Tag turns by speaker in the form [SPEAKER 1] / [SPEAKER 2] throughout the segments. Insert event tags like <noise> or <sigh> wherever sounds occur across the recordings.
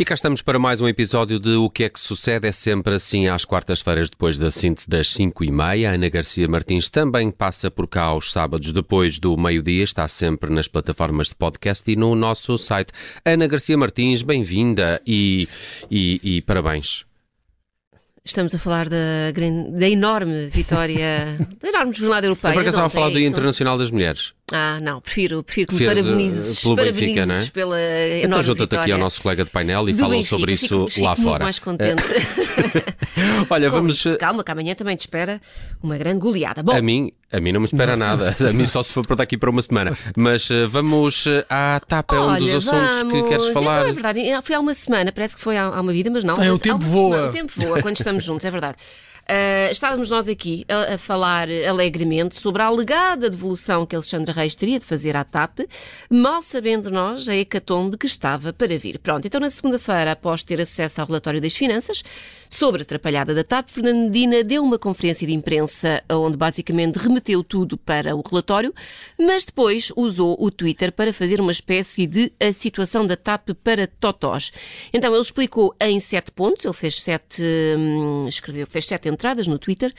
[SPEAKER 1] E cá estamos para mais um episódio de O que é que sucede. É sempre assim às quartas-feiras, depois da síntese das 5 e meia. A Ana Garcia Martins também passa por cá aos sábados, depois do meio-dia. Está sempre nas plataformas de podcast e no nosso site. Ana Garcia Martins, bem-vinda e, e, e parabéns.
[SPEAKER 2] Estamos a falar da, grande- da enorme vitória,
[SPEAKER 1] <laughs>
[SPEAKER 2] da enorme jornada europeia.
[SPEAKER 1] Eu por acaso estava a
[SPEAKER 2] de ontem,
[SPEAKER 1] falar
[SPEAKER 2] é
[SPEAKER 1] do Dia
[SPEAKER 2] isso?
[SPEAKER 1] Internacional das Mulheres.
[SPEAKER 2] Ah, não, prefiro, prefiro que me
[SPEAKER 1] Fez, uh,
[SPEAKER 2] parabenizes,
[SPEAKER 1] pelo Benfica,
[SPEAKER 2] parabenizes
[SPEAKER 1] não é?
[SPEAKER 2] pela enorme
[SPEAKER 1] Então junta-te
[SPEAKER 2] vitória.
[SPEAKER 1] aqui ao nosso colega de painel e
[SPEAKER 2] do
[SPEAKER 1] falam
[SPEAKER 2] Benfica.
[SPEAKER 1] sobre isso
[SPEAKER 2] fico,
[SPEAKER 1] lá
[SPEAKER 2] fico
[SPEAKER 1] fora.
[SPEAKER 2] Muito mais contente.
[SPEAKER 1] Olha,
[SPEAKER 2] <laughs> Com
[SPEAKER 1] vamos. eh,
[SPEAKER 2] isso. Calma, que amanhã também te espera uma grande goleada. Bom,
[SPEAKER 1] A mim, a mim não me espera nada. A mim só se for para daqui para uma semana. Mas eh, vamos eh, à TAP, é um
[SPEAKER 2] olha,
[SPEAKER 1] dos assuntos
[SPEAKER 2] vamos.
[SPEAKER 1] que queres falar.
[SPEAKER 2] Então, é verdade, eh, foi há uma semana, parece que foi há, há uma vida, mas não.
[SPEAKER 3] É, o
[SPEAKER 2] Mas há
[SPEAKER 3] tempo
[SPEAKER 2] uma
[SPEAKER 3] voa.
[SPEAKER 2] semana, o tempo voa quando estamos juntos, é verdade. Ah, estávamos nós aqui a, a falar alegremente sobre a alegada devolução que Alexandre Reis teria de fazer à TAP, mal sabendo nós a hecatombe que estava para vir. Pronto, então na segunda-feira, após ter acesso ao relatório das finanças sobre a atrapalhada da TAP, Fernando Medina deu uma conferência de imprensa onde basicamente remeteu tudo para o relatório, mas depois usou o Twitter para fazer uma espécie de a situação da TAP para totós. Então ele explicou em sete pontos, ele fez sete, hum, escreveu, fez sete entradas no Twitter,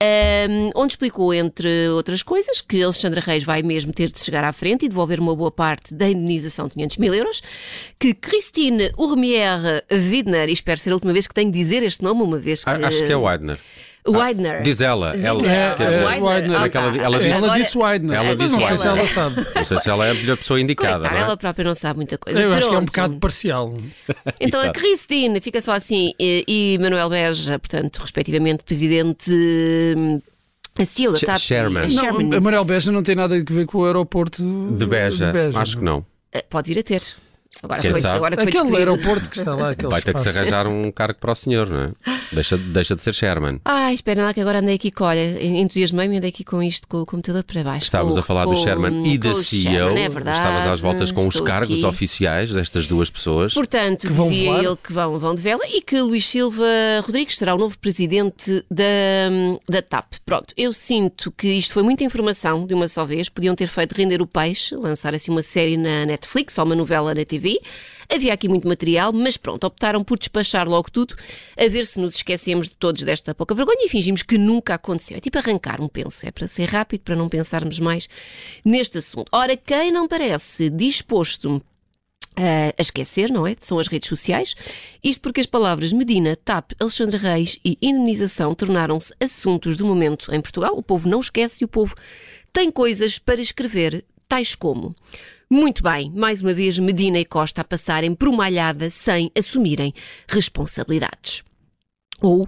[SPEAKER 2] hum, onde explicou, entre outras coisas, que Alexandra Reis vai mesmo ter de chegar à frente e devolver uma boa parte da indenização de 500 mil euros, que Christine Urmier Widner, e espero ser a última vez que tenho de dizer este nome, uma vez que...
[SPEAKER 1] A- Acho que é o Widener.
[SPEAKER 2] Widner.
[SPEAKER 1] Diz ela. ela
[SPEAKER 2] Widner.
[SPEAKER 1] quer dizer,
[SPEAKER 3] É, Widner.
[SPEAKER 2] Ah,
[SPEAKER 1] é que ela-
[SPEAKER 2] tá.
[SPEAKER 1] ela disse-
[SPEAKER 3] Ela
[SPEAKER 2] Agora-
[SPEAKER 3] disse Widener.
[SPEAKER 1] Ela
[SPEAKER 3] mas
[SPEAKER 1] disse
[SPEAKER 3] não sei se
[SPEAKER 1] Widener.
[SPEAKER 3] ela sabe.
[SPEAKER 1] Não sei se ela é a melhor pessoa indicada.
[SPEAKER 2] Coitada,
[SPEAKER 1] não é?
[SPEAKER 2] ela própria não sabe muita coisa.
[SPEAKER 3] Eu acho que é um
[SPEAKER 2] Pronto.
[SPEAKER 3] bocado parcial.
[SPEAKER 2] Então a
[SPEAKER 1] Exato.
[SPEAKER 2] Christine fica só assim e, e Manuel Beja, portanto, respectivamente, presidente. hum, A CEO da
[SPEAKER 1] Che-
[SPEAKER 2] TAP.
[SPEAKER 1] chairman.
[SPEAKER 2] a
[SPEAKER 1] Não,
[SPEAKER 2] chairman.
[SPEAKER 3] Não, a Manuel Beja não tem nada a ver com o aeroporto de,
[SPEAKER 1] De Beja.
[SPEAKER 3] de Beja.
[SPEAKER 1] Acho que não.
[SPEAKER 2] Eh, Pode vir a ter. Agora
[SPEAKER 1] Quem
[SPEAKER 2] foi,
[SPEAKER 1] sabe?
[SPEAKER 2] agora foi
[SPEAKER 3] Aquele
[SPEAKER 2] descobrido.
[SPEAKER 3] aeroporto que está lá, aquele
[SPEAKER 1] Vai ter que se
[SPEAKER 3] espaço.
[SPEAKER 1] arranjar um cargo para o senhor, não é? Deixa, deixa de ser Sherman.
[SPEAKER 2] Ai, espera lá que agora andei aqui com, olha, entusiasmei-me e andei aqui com isto, com o computador para baixo.
[SPEAKER 1] Estávamos
[SPEAKER 2] Com-
[SPEAKER 1] a falar do
[SPEAKER 2] Oh, com-
[SPEAKER 1] Sherman e
[SPEAKER 2] com
[SPEAKER 1] da
[SPEAKER 2] o
[SPEAKER 1] CEO.
[SPEAKER 2] Sherman, é verdade.
[SPEAKER 1] Estavas às voltas com os
[SPEAKER 2] Estou
[SPEAKER 1] cargos
[SPEAKER 2] aqui.
[SPEAKER 1] oficiais destas duas pessoas.
[SPEAKER 2] Portanto,
[SPEAKER 3] Que vão
[SPEAKER 2] dizia
[SPEAKER 3] voar.
[SPEAKER 2] ele que vão, vão de vela e que Luís Silva Rodrigues será o novo presidente da, da TAP. Pronto, eu sinto que isto foi muita informação de uma só vez. Podiam ter feito render o peixe, lançar assim uma série na Netflix ou uma novela na TV. Havia aqui muito material, mas pronto, optaram por despachar logo tudo, a ver se nos esquecemos de todos desta pouca vergonha e fingimos que nunca aconteceu. É tipo arrancar um penso, é para ser rápido, para não pensarmos mais neste assunto. Ora, quem não parece disposto a a esquecer, não é? São as redes sociais. Isto porque as palavras Medina, TAP, Alexandre Reis e indenização tornaram-se assuntos do momento em Portugal. O povo não esquece e o povo tem coisas para escrever, tais como. Muito bem, mais uma vez Medina e Costa a passarem por uma alhada sem assumirem responsabilidades. Ou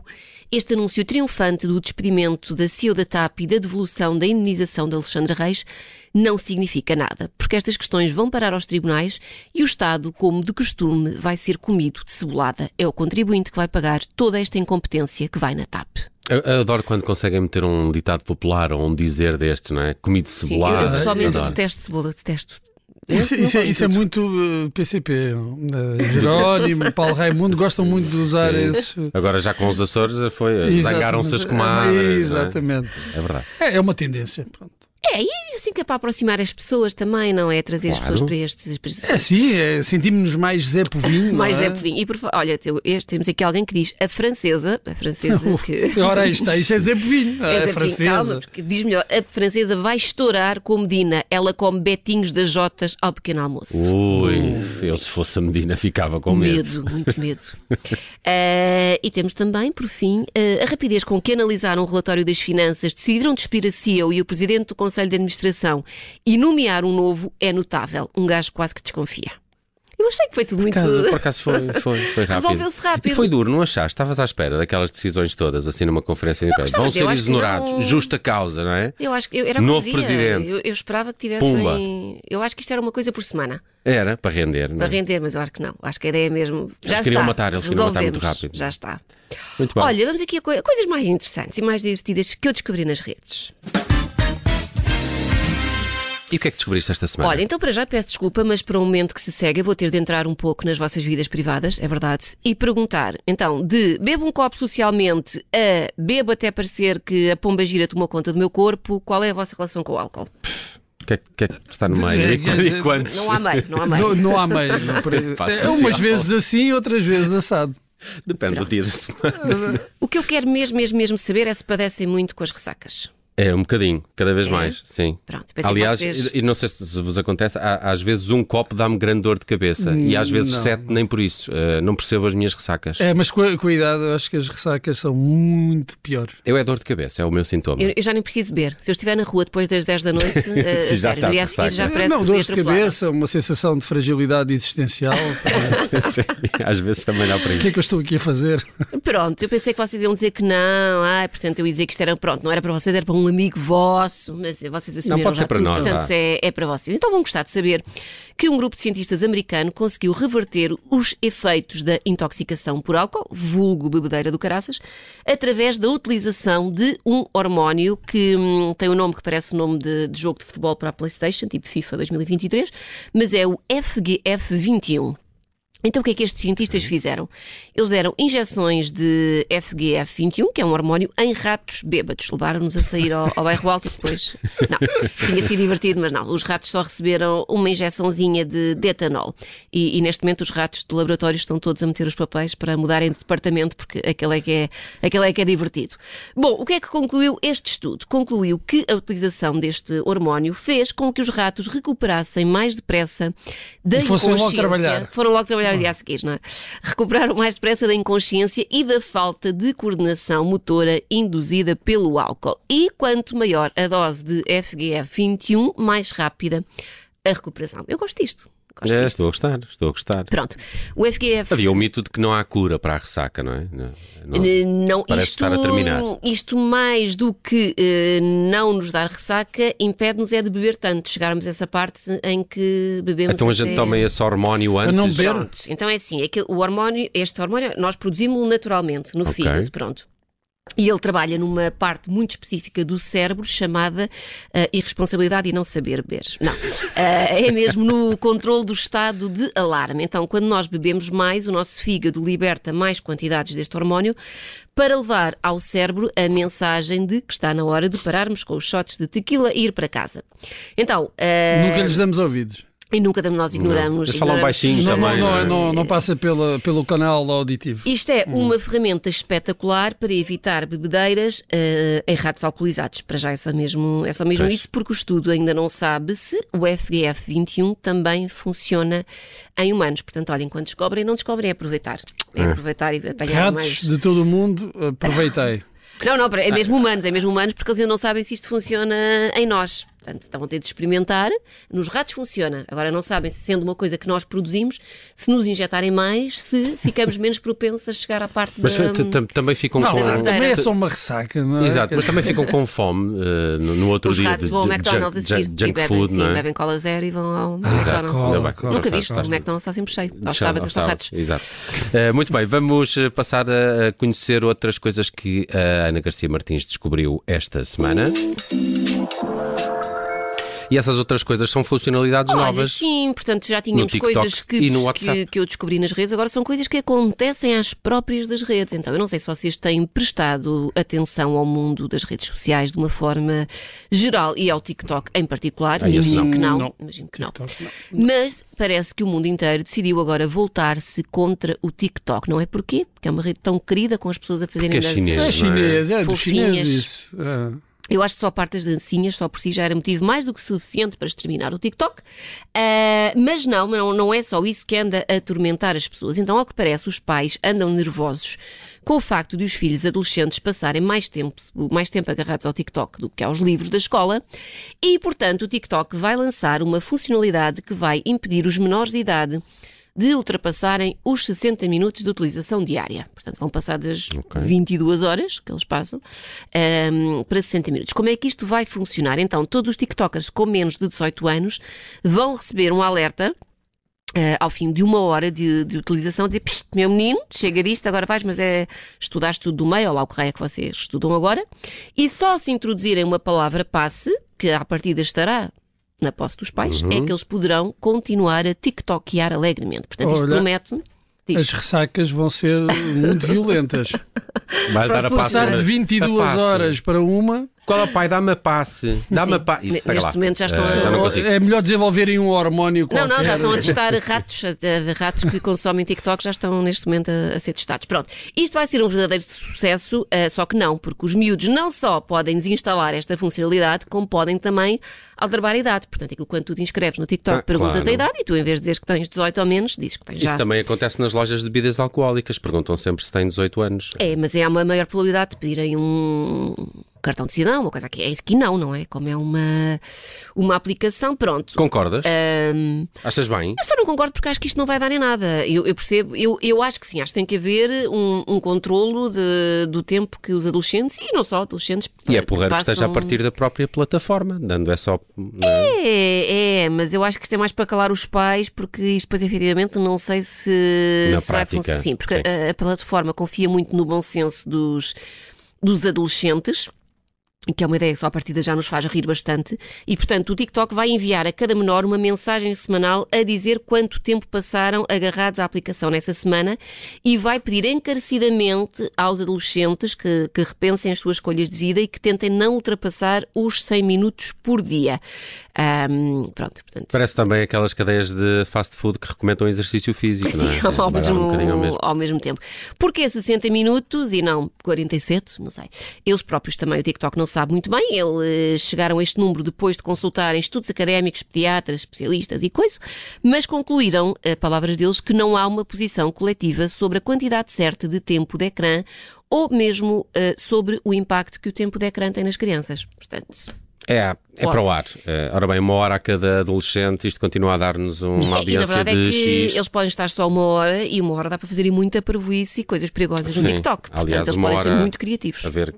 [SPEAKER 2] este anúncio triunfante do despedimento da CEO da TAP e da devolução da indenização de Alexandre Reis não significa nada, porque estas questões vão parar aos tribunais e o Estado, como de costume, vai ser comido de cebolada. É o contribuinte que vai pagar toda esta incompetência que vai na TAP.
[SPEAKER 1] Eu, eu adoro quando conseguem meter um ditado popular ou um dizer destes, não é? Comido
[SPEAKER 2] eu,
[SPEAKER 1] cebolada.
[SPEAKER 2] eu pessoalmente
[SPEAKER 1] Adoro.
[SPEAKER 2] detesto cebola, detesto.
[SPEAKER 3] é Isso,
[SPEAKER 2] Eu não
[SPEAKER 3] isso é,
[SPEAKER 2] gosto
[SPEAKER 3] isso é
[SPEAKER 2] de-
[SPEAKER 3] muito eh, PCP. eh,
[SPEAKER 1] <laughs>
[SPEAKER 3] Jerónimo, Paulo Raimundo gostam muito de usar
[SPEAKER 1] Sim.
[SPEAKER 3] esses. uh,
[SPEAKER 1] Agora já com os Açores foi. eh,
[SPEAKER 3] Exatamente.
[SPEAKER 1] Zangaram-se as comadres. não é?
[SPEAKER 3] Exatamente.
[SPEAKER 1] É verdade.
[SPEAKER 3] É, é uma tendência. Pronto.
[SPEAKER 2] É, e eu sinto que é para aproximar as pessoas também, não é? Trazer as
[SPEAKER 1] Claro.
[SPEAKER 2] pessoas para estes. Para estes
[SPEAKER 3] É sim, é, sentimos-nos mais Zé Povinho.
[SPEAKER 2] mais
[SPEAKER 3] não
[SPEAKER 2] Zé
[SPEAKER 3] é?
[SPEAKER 2] Povinho. E por fa- olha, teu- este, temos aqui alguém que diz a francesa, a
[SPEAKER 3] <laughs>
[SPEAKER 2] francesa que.
[SPEAKER 3] Ora, aí está, isso é Zé
[SPEAKER 1] Ah,
[SPEAKER 3] Povinho.
[SPEAKER 2] É,
[SPEAKER 3] É,
[SPEAKER 2] Zé Pinho, calma,
[SPEAKER 3] francesa.
[SPEAKER 2] porque diz melhor, a francesa vai estourar com Medina. Ela come betinhos das Jotas ao pequeno almoço.
[SPEAKER 1] Ui, eu se fosse a Medina ficava Oh, com medo.
[SPEAKER 2] Medo,
[SPEAKER 1] <laughs>
[SPEAKER 2] muito medo. Eh, e temos também, por fim, eh, a rapidez com que analisaram o relatório das finanças, decidiram despir a CEO e o presidente do Conselho de Administração e nomear um novo é notável. Um gajo quase que desconfia. Eu achei que foi tudo muito.
[SPEAKER 1] Por acaso, por acaso foi, foi, foi rápido.
[SPEAKER 2] Resolveu-se rápido.
[SPEAKER 1] E foi duro, não achaste? Estavas à espera daquelas decisões todas, assim numa conferência de imprensa.
[SPEAKER 2] gostava
[SPEAKER 1] Vão
[SPEAKER 2] de dizer,
[SPEAKER 1] ser
[SPEAKER 2] eu acho que
[SPEAKER 1] ignorados.
[SPEAKER 2] não-
[SPEAKER 1] Justa causa, não é?
[SPEAKER 2] <laughs> Eu acho que eu- era o que
[SPEAKER 1] Novo
[SPEAKER 2] dizia.
[SPEAKER 1] presidente.
[SPEAKER 2] Eu, eu esperava que
[SPEAKER 1] Pumba.
[SPEAKER 2] tivessem. Eu acho que isto era uma coisa por semana.
[SPEAKER 1] Era, para render. Não
[SPEAKER 2] para
[SPEAKER 1] é?
[SPEAKER 2] render, mas eu acho que não. Acho que a ideia é mesmo. Já
[SPEAKER 1] queriam
[SPEAKER 2] está.
[SPEAKER 1] matar, eles queriam matar muito
[SPEAKER 2] Resolvemos.
[SPEAKER 1] rápido.
[SPEAKER 2] Já está.
[SPEAKER 1] Muito bem.
[SPEAKER 2] Olha, vamos aqui a coi- coisas mais interessantes e mais divertidas que eu descobri nas redes.
[SPEAKER 1] E o que é que descobriste esta semana?
[SPEAKER 2] Olha, então para já peço desculpa, mas para o momento que se segue, eu vou ter de entrar um pouco nas vossas vidas privadas, é verdade, e perguntar. Então, de bebo um copo socialmente a bebo até parecer que a pomba gira tomou conta do meu corpo, qual é a vossa relação com o álcool?
[SPEAKER 1] O que, é, que é que está no meio?
[SPEAKER 3] <laughs> É,
[SPEAKER 1] E quando-
[SPEAKER 3] quer
[SPEAKER 1] E quantos?
[SPEAKER 2] Não há meio, não há
[SPEAKER 1] <laughs>
[SPEAKER 2] meio.
[SPEAKER 3] Não, não há meio. não, por aí.
[SPEAKER 1] Faz
[SPEAKER 3] É umas
[SPEAKER 1] social.
[SPEAKER 3] vezes assim, outras vezes assado.
[SPEAKER 1] Depende do dia da semana.
[SPEAKER 2] O que eu quero mesmo, mesmo, mesmo saber é se padecem muito com as ressacas.
[SPEAKER 1] É, um bocadinho, cada vez mais, sim.
[SPEAKER 2] Pronto, pensei
[SPEAKER 1] Aliás,
[SPEAKER 2] que vocês...
[SPEAKER 1] e e não sei se vos acontece, há- às vezes um copo dá-me grande dor de cabeça e
[SPEAKER 2] Hum,
[SPEAKER 1] às vezes
[SPEAKER 3] não.
[SPEAKER 1] sete nem por isso. Eh, não percebo as minhas ressacas.
[SPEAKER 3] É, mas com a, com a idade, eu acho que as ressacas são muito pior.
[SPEAKER 1] Eu é dor de cabeça, é o meu sintoma.
[SPEAKER 2] Eu, eu já nem preciso beber. Se eu estiver na rua depois das 10 da
[SPEAKER 1] <laughs>
[SPEAKER 2] noite, eh,
[SPEAKER 1] Se já
[SPEAKER 2] sério, no dia a
[SPEAKER 1] estás de
[SPEAKER 2] seguir já
[SPEAKER 1] ressaca.
[SPEAKER 2] parece
[SPEAKER 3] não,
[SPEAKER 2] que
[SPEAKER 3] dor
[SPEAKER 2] fui
[SPEAKER 3] de
[SPEAKER 2] atropelada.
[SPEAKER 3] cabeça, uma sensação de fragilidade existencial. também.
[SPEAKER 1] <laughs> Sim, às vezes também dá para
[SPEAKER 3] O que é
[SPEAKER 1] isso.
[SPEAKER 3] que eu estou aqui a fazer?
[SPEAKER 2] Pronto, eu pensei que vocês iam dizer que não. Ai, portanto, eu ia dizer que isto era pronto, não era para vocês, era para um amigo vosso, mas vocês assumiram
[SPEAKER 1] pode
[SPEAKER 2] já
[SPEAKER 1] ser para
[SPEAKER 2] tudo,
[SPEAKER 1] nós,
[SPEAKER 2] portanto,
[SPEAKER 1] vá.
[SPEAKER 2] é, é para vocês. Então vão gostar de saber que um grupo de cientistas americano conseguiu reverter os efeitos da intoxicação por álcool, vulgo bebedeira do caraças, através da utilização de um hormónio que hum, tem um nome que parece o nome de, de jogo de futebol para a Playstation, tipo FIFA 2023, mas é o FGF21. Então o que é que estes cientistas fizeram? Eles deram injeções de FGF21, que é um hormónio, em ratos bêbados. Levaram-nos a sair ao, ao bairro alto e depois... Não, tinha sido divertido, mas não. Os ratos só receberam uma injeçãozinha de, de etanol. E, e neste momento os ratos de laboratório estão todos a meter os papéis para mudarem de departamento, porque aquele é que é, aquele é, que é divertido. Bom, o que é que concluiu este estudo? Concluiu que a utilização deste hormónio fez com que os ratos recuperassem mais depressa da
[SPEAKER 3] E fossem logo
[SPEAKER 2] inconsciência-
[SPEAKER 3] trabalhar.
[SPEAKER 2] foram logo trabalhar no dia a seguir, não é? Recuperaram mais depressa da inconsciência e da falta de coordenação motora induzida pelo álcool. E quanto maior a dose de FGF21, mais rápida a recuperação. Eu gosto disto. Gosto
[SPEAKER 1] É,
[SPEAKER 2] disto.
[SPEAKER 1] estou a gostar, estou a gostar.
[SPEAKER 2] Pronto. O FGF.
[SPEAKER 1] Havia o mito de que não há cura para a ressaca, não é? Não- não-
[SPEAKER 2] Eh, Não,
[SPEAKER 1] Parece
[SPEAKER 2] isto,
[SPEAKER 1] estar a terminar.
[SPEAKER 2] isto mais do que eh, não nos dar ressaca, impede-nos é de beber tanto, chegarmos a essa parte em que bebemos
[SPEAKER 1] Então a gente
[SPEAKER 2] até-
[SPEAKER 1] toma esse hormónio antes.
[SPEAKER 3] não beber.
[SPEAKER 2] Pronto, então é assim, aquele- o hormónio, este hormónio, nós produzimos-lo naturalmente no
[SPEAKER 1] Ok.
[SPEAKER 2] fígado, pronto. E ele trabalha numa parte muito específica do cérebro chamada ah, irresponsabilidade e não saber beber. Não. <laughs> Ah, é mesmo no controle do estado de alarme. Então, quando nós bebemos mais, o nosso fígado liberta mais quantidades deste hormónio para levar ao cérebro a mensagem de que está na hora de pararmos com os shots de tequila e ir para casa. Então, ah,
[SPEAKER 3] Nunca lhes damos ouvidos.
[SPEAKER 2] e nunca nós ignoramos.
[SPEAKER 1] Eles falam
[SPEAKER 2] ignoramos-
[SPEAKER 1] um baixinho
[SPEAKER 3] Não,
[SPEAKER 1] também.
[SPEAKER 3] não, não,
[SPEAKER 1] não é?
[SPEAKER 3] não- não passa pela, pelo canal auditivo.
[SPEAKER 2] Isto é uma ferramenta espetacular para evitar bebedeiras eh, em ratos alcoolizados. Para já é só mesmo, é só mesmo
[SPEAKER 1] Pois.
[SPEAKER 2] isso, porque o estudo ainda não sabe se o FGF21 também funciona em humanos. Portanto, olhem, quando descobrem, não descobrem, é aproveitar. É aproveitar e apanhar
[SPEAKER 3] Ratos
[SPEAKER 2] mais.
[SPEAKER 3] de todo o mundo, aproveitei.
[SPEAKER 2] Não, não, é mesmo humanos, é mesmo humanos, porque eles ainda não sabem se isto funciona em nós. Portanto, estavam a ter de experimentar. Nos ratos funciona. Agora não sabem se, sendo uma coisa que nós produzimos, se nos injetarem mais, se ficamos <laughs> menos propensos a chegar à parte
[SPEAKER 1] Mas eh,
[SPEAKER 2] da.
[SPEAKER 1] t- t- também ficam
[SPEAKER 3] Não,
[SPEAKER 1] com.
[SPEAKER 2] verdade.
[SPEAKER 3] também é só uma ressaca, não é?
[SPEAKER 1] Exato, mas também ficam com fome eh, no, no outro
[SPEAKER 2] Os
[SPEAKER 1] dia
[SPEAKER 2] ratos vão ao McDonald's a
[SPEAKER 1] junk,
[SPEAKER 2] seguir
[SPEAKER 1] junk-
[SPEAKER 2] e
[SPEAKER 1] junk
[SPEAKER 2] bebem,
[SPEAKER 1] food,
[SPEAKER 2] sim,
[SPEAKER 1] não é? Ah,
[SPEAKER 2] bebem cola zero e vão ao McDonald's.
[SPEAKER 3] cola,
[SPEAKER 2] Nunca
[SPEAKER 3] cola,
[SPEAKER 2] viste,
[SPEAKER 1] cola.
[SPEAKER 2] o McDonald's está sempre cheio.
[SPEAKER 1] Sábado,
[SPEAKER 2] Aos sábados estão
[SPEAKER 1] sábado,
[SPEAKER 2] ratos.
[SPEAKER 1] Exato. <laughs> Eh, muito bem, vamos eh, passar a a conhecer outras coisas que a Ana Garcia Martins descobriu esta semana. E essas outras coisas são funcionalidades
[SPEAKER 2] Olha,
[SPEAKER 1] novas.
[SPEAKER 2] sim, portanto já tínhamos
[SPEAKER 1] no TikTok
[SPEAKER 2] coisas que,
[SPEAKER 1] e no
[SPEAKER 2] que,
[SPEAKER 1] WhatsApp.
[SPEAKER 2] que eu descobri nas redes, agora são coisas que acontecem às próprias das redes. Então eu não sei se vocês têm prestado atenção ao mundo das redes sociais de uma forma geral e ao TikTok em particular.
[SPEAKER 1] Ah, esse
[SPEAKER 2] Imagino
[SPEAKER 1] não.
[SPEAKER 2] que não.
[SPEAKER 3] Não.
[SPEAKER 2] Imagino que não. É,
[SPEAKER 3] TikTok,
[SPEAKER 2] Mas parece que o mundo inteiro decidiu agora voltar-se contra o TikTok, não é? Porquê? Porque é uma rede tão querida com as pessoas a fazerem
[SPEAKER 1] Porque é
[SPEAKER 2] danças.
[SPEAKER 1] chinês.
[SPEAKER 3] É chinês, é dos
[SPEAKER 2] Fofinhas.
[SPEAKER 3] chineses isso. É.
[SPEAKER 2] Eu acho que só a parte das dancinhas, só por si já era motivo mais do que suficiente para exterminar o TikTok. Ah, mas não, não, não é só isso que anda a atormentar as pessoas. Então, ao que parece, os pais andam nervosos com o facto de os filhos adolescentes passarem mais tempo, mais tempo agarrados ao TikTok do que aos livros da escola. E, portanto, o TikTok vai lançar uma funcionalidade que vai impedir os menores de idade de ultrapassarem os 60 minutos de utilização diária. Portanto, vão passar das 22 horas que eles passam ehm, para 60 minutos. Como é que isto vai funcionar? Então, todos os TikTokers com menos de 18 anos vão receber um alerta. eh, ao fim de uma hora de, de utilização, dizer, "Psst, meu menino, chega disto, agora vais, mas é estudar estudo do meio, ou lá o que raio é que vocês estudam agora, e só se introduzirem uma palavra passe, que à partida estará na posse dos pais, é
[SPEAKER 3] Uhum.
[SPEAKER 2] que eles poderão continuar a tiktokear alegremente. Portanto, isto
[SPEAKER 3] Olha,
[SPEAKER 2] promete. Diz.
[SPEAKER 3] As ressacas vão ser muito violentas.
[SPEAKER 1] Vai dar a
[SPEAKER 3] Passar
[SPEAKER 1] pássaro.
[SPEAKER 3] de 22
[SPEAKER 1] A pássaro.
[SPEAKER 3] horas para uma,
[SPEAKER 1] Qual é o pai? Dá-me a passe. Dá-me a passe.
[SPEAKER 2] Ne- neste momento já estão a-
[SPEAKER 1] Eh, Já não consigo.
[SPEAKER 3] É melhor desenvolverem um hormónio
[SPEAKER 2] Não,
[SPEAKER 3] qualquer.
[SPEAKER 2] não, já estão a
[SPEAKER 1] <laughs>
[SPEAKER 2] testar ratos, a- a- ratos que consomem TikTok já estão neste momento a, a ser testados. Pronto, isto vai ser um verdadeiro sucesso, eh, só que não, porque os miúdos não só podem desinstalar esta funcionalidade, como podem também alterar a idade. Portanto, aquilo quando tu te inscreves no TikTok,
[SPEAKER 1] Ah,
[SPEAKER 2] pergunta-te
[SPEAKER 1] claro.
[SPEAKER 2] a idade e tu, em vez de dizeres que tens 18 ou menos, dizes que tens já.
[SPEAKER 1] Isso também acontece nas lojas de bebidas alcoólicas. Perguntam sempre se tem 18 anos.
[SPEAKER 2] É, mas é uma maior probabilidade de pedirem um cartão de cidadão, uma coisa que é isso que não, não é? Como é uma, uma aplicação, pronto.
[SPEAKER 1] Concordas?
[SPEAKER 2] Eh, Ahm,
[SPEAKER 1] Achas bem?
[SPEAKER 2] Eu só não concordo porque acho que isto não vai dar em nada. Eu, eu percebo, eu, eu acho que sim, acho que tem que haver um, um controlo de- do tempo que os adolescentes, e não só adolescentes,
[SPEAKER 1] E é
[SPEAKER 2] pa-
[SPEAKER 1] porreiro que esteja a
[SPEAKER 2] passam-
[SPEAKER 1] partir da própria plataforma, dando essa. op- não é?
[SPEAKER 2] É, é, mas eu acho que isto é mais para calar os pais, porque isto depois, efetivamente, não sei se,
[SPEAKER 1] Na
[SPEAKER 2] se vai
[SPEAKER 1] prática,
[SPEAKER 2] funcionar. Sim, porque
[SPEAKER 1] sim.
[SPEAKER 2] A, a plataforma confia muito no bom senso dos, dos adolescentes. Que é uma ideia que só à partida já nos faz rir bastante, e portanto o TikTok vai enviar a cada menor uma mensagem semanal a dizer quanto tempo passaram agarrados à aplicação nessa semana e vai pedir encarecidamente aos adolescentes que, que repensem as suas escolhas de vida e que tentem não ultrapassar os 100 minutos por dia. Ahm, pronto, portanto.
[SPEAKER 1] Parece também aquelas cadeias de fast food que recomendam exercício físico, não é?
[SPEAKER 2] Sim, <laughs> ao,
[SPEAKER 1] Vai dar um
[SPEAKER 2] mesmo,
[SPEAKER 1] bocadinho ao mesmo.
[SPEAKER 2] ao mesmo tempo. Porque 60 minutos e não 47, não sei. Eles próprios também, o TikTok não sabe muito bem. Eles chegaram a este número depois de consultarem estudos académicos, pediatras, especialistas e coisa, mas concluíram, a palavras deles, que não há uma posição coletiva sobre a quantidade certa de tempo de ecrã ou mesmo eh, sobre o impacto que o tempo de ecrã tem nas crianças. Portanto,
[SPEAKER 1] É, é
[SPEAKER 2] Claro.
[SPEAKER 1] para o ar. Eh, ora bem, uma hora a cada adolescente, isto continua a dar-nos uma
[SPEAKER 2] <laughs> e na
[SPEAKER 1] audiência
[SPEAKER 2] verdade
[SPEAKER 1] de
[SPEAKER 2] é que
[SPEAKER 1] X.
[SPEAKER 2] eles podem estar só uma hora e uma hora dá para fazerem muita parvoíce e coisas perigosas no
[SPEAKER 1] Sim.
[SPEAKER 2] TikTok. Portanto,
[SPEAKER 1] Aliás,
[SPEAKER 2] eles
[SPEAKER 1] uma
[SPEAKER 2] podem ser
[SPEAKER 1] hora
[SPEAKER 2] muito criativos.
[SPEAKER 1] A ver,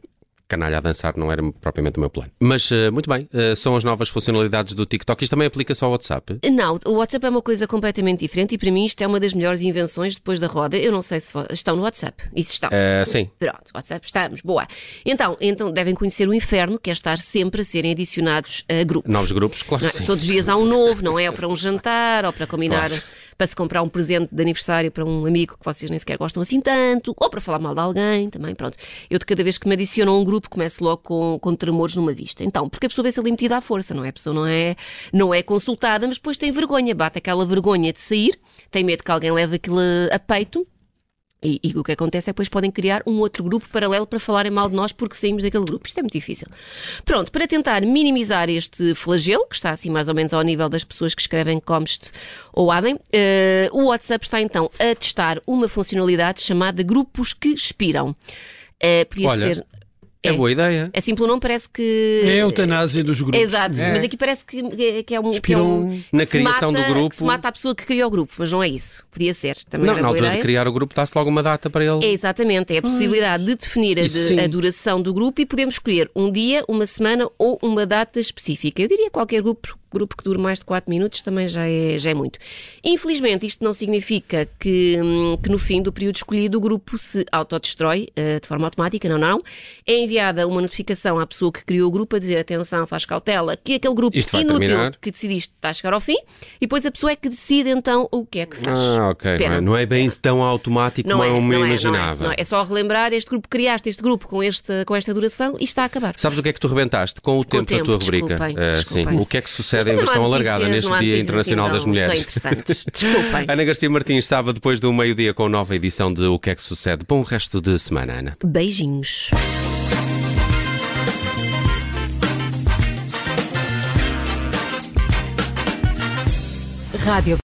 [SPEAKER 1] canalha a dançar não era propriamente o meu plano. Mas, eh, muito bem, eh, são as novas funcionalidades do TikTok. Isto também aplica-se ao WhatsApp?
[SPEAKER 2] Não, o WhatsApp é uma coisa completamente diferente e para mim isto é uma das melhores invenções depois da roda. Eu não sei se vo- estão no WhatsApp. Isso está.
[SPEAKER 1] Eh, sim.
[SPEAKER 2] Pronto, WhatsApp estamos, boa. Então, então devem conhecer o inferno, que é estar sempre a serem adicionados a grupos.
[SPEAKER 1] Novos grupos, claro
[SPEAKER 2] Não é?
[SPEAKER 1] que sim.
[SPEAKER 2] Todos os dias há um novo, não é? Ou para um jantar, ou para combinar,
[SPEAKER 1] Claro.
[SPEAKER 2] para se comprar um presente de aniversário para um amigo que vocês nem sequer gostam assim tanto, ou para falar mal de alguém também, pronto. Eu de cada vez que me adiciono a um grupo começo logo com, com tremores numa vista. Então, porque a pessoa vê-se ali metida à força, não é? A pessoa não é, não é consultada, mas depois tem vergonha, bate aquela vergonha de sair, tem medo que alguém leve aquilo a peito. E, e o que acontece é que depois podem criar um outro grupo paralelo para falarem mal de nós porque saímos daquele grupo. Isto é muito difícil. Pronto, para tentar minimizar este flagelo, que está assim mais ou menos ao nível das pessoas que escrevem Comest ou Adem, eh, o WhatsApp está então a testar uma funcionalidade chamada grupos que expiram. Eh, podia
[SPEAKER 1] Olha,
[SPEAKER 2] ser.
[SPEAKER 1] É, boa ideia.
[SPEAKER 2] Assim pelo nome parece que.
[SPEAKER 3] É a eutanásia dos grupos.
[SPEAKER 2] Exato,
[SPEAKER 3] É.
[SPEAKER 2] mas aqui parece que, que é- que é um. Que é
[SPEAKER 3] Expiram
[SPEAKER 2] um
[SPEAKER 1] na
[SPEAKER 2] que se
[SPEAKER 1] criação do
[SPEAKER 2] mata-
[SPEAKER 1] grupo.
[SPEAKER 2] que se mata a pessoa que criou o grupo, mas não é isso. Podia ser. Também
[SPEAKER 1] Não,
[SPEAKER 2] era
[SPEAKER 1] na
[SPEAKER 2] É boa
[SPEAKER 1] altura de
[SPEAKER 2] ideia.
[SPEAKER 1] criar o grupo, dá-se logo uma data para ele.
[SPEAKER 2] É exatamente, é a possibilidade de definir a,
[SPEAKER 1] isso
[SPEAKER 2] de-
[SPEAKER 1] sim.
[SPEAKER 2] a duração do grupo e podemos escolher um dia, uma semana ou uma data específica. Eu diria qualquer grupo, grupo que dure mais de 4 minutos também já é, já é muito. Infelizmente, isto não significa que, hum, que no fim do período escolhido o grupo se autodestrói eh, de forma automática, não, não. É enviada uma notificação à pessoa que criou o grupo a dizer atenção, faz cautela, que aquele grupo
[SPEAKER 1] Isto vai
[SPEAKER 2] inútil
[SPEAKER 1] terminar.
[SPEAKER 2] que decidiste está a chegar ao fim e depois a pessoa é que decide então o que é que faz.
[SPEAKER 1] Ah, ok. Não
[SPEAKER 2] Pena.
[SPEAKER 1] é, não é bem tão automático
[SPEAKER 2] Não é,
[SPEAKER 1] como
[SPEAKER 2] não
[SPEAKER 1] eu
[SPEAKER 2] é,
[SPEAKER 1] me
[SPEAKER 2] Não é, não
[SPEAKER 1] imaginava.
[SPEAKER 2] é. É só relembrar este grupo, criaste este grupo com, este, com esta duração e está a acabar.
[SPEAKER 1] Sabes o que é que tu rebentaste? Com o tempo,
[SPEAKER 2] tempo,
[SPEAKER 1] da tua rubrica.
[SPEAKER 2] desculpem,
[SPEAKER 1] Eh,
[SPEAKER 2] desculpem.
[SPEAKER 1] sim. O que é que sucede em
[SPEAKER 2] Mas também não há
[SPEAKER 1] versão
[SPEAKER 2] notícias,
[SPEAKER 1] alargada neste
[SPEAKER 2] não há
[SPEAKER 1] Dia
[SPEAKER 2] notícias
[SPEAKER 1] Internacional
[SPEAKER 2] assim
[SPEAKER 1] das
[SPEAKER 2] tão-
[SPEAKER 1] Mulheres?
[SPEAKER 2] tão interessantes.
[SPEAKER 1] <laughs>
[SPEAKER 2] Desculpem.
[SPEAKER 1] Ana Garcia Martins, sábado depois do meio-dia com nova edição de O que é que sucede. Bom resto de semana, Ana.
[SPEAKER 2] Beijinhos.
[SPEAKER 4] Rádio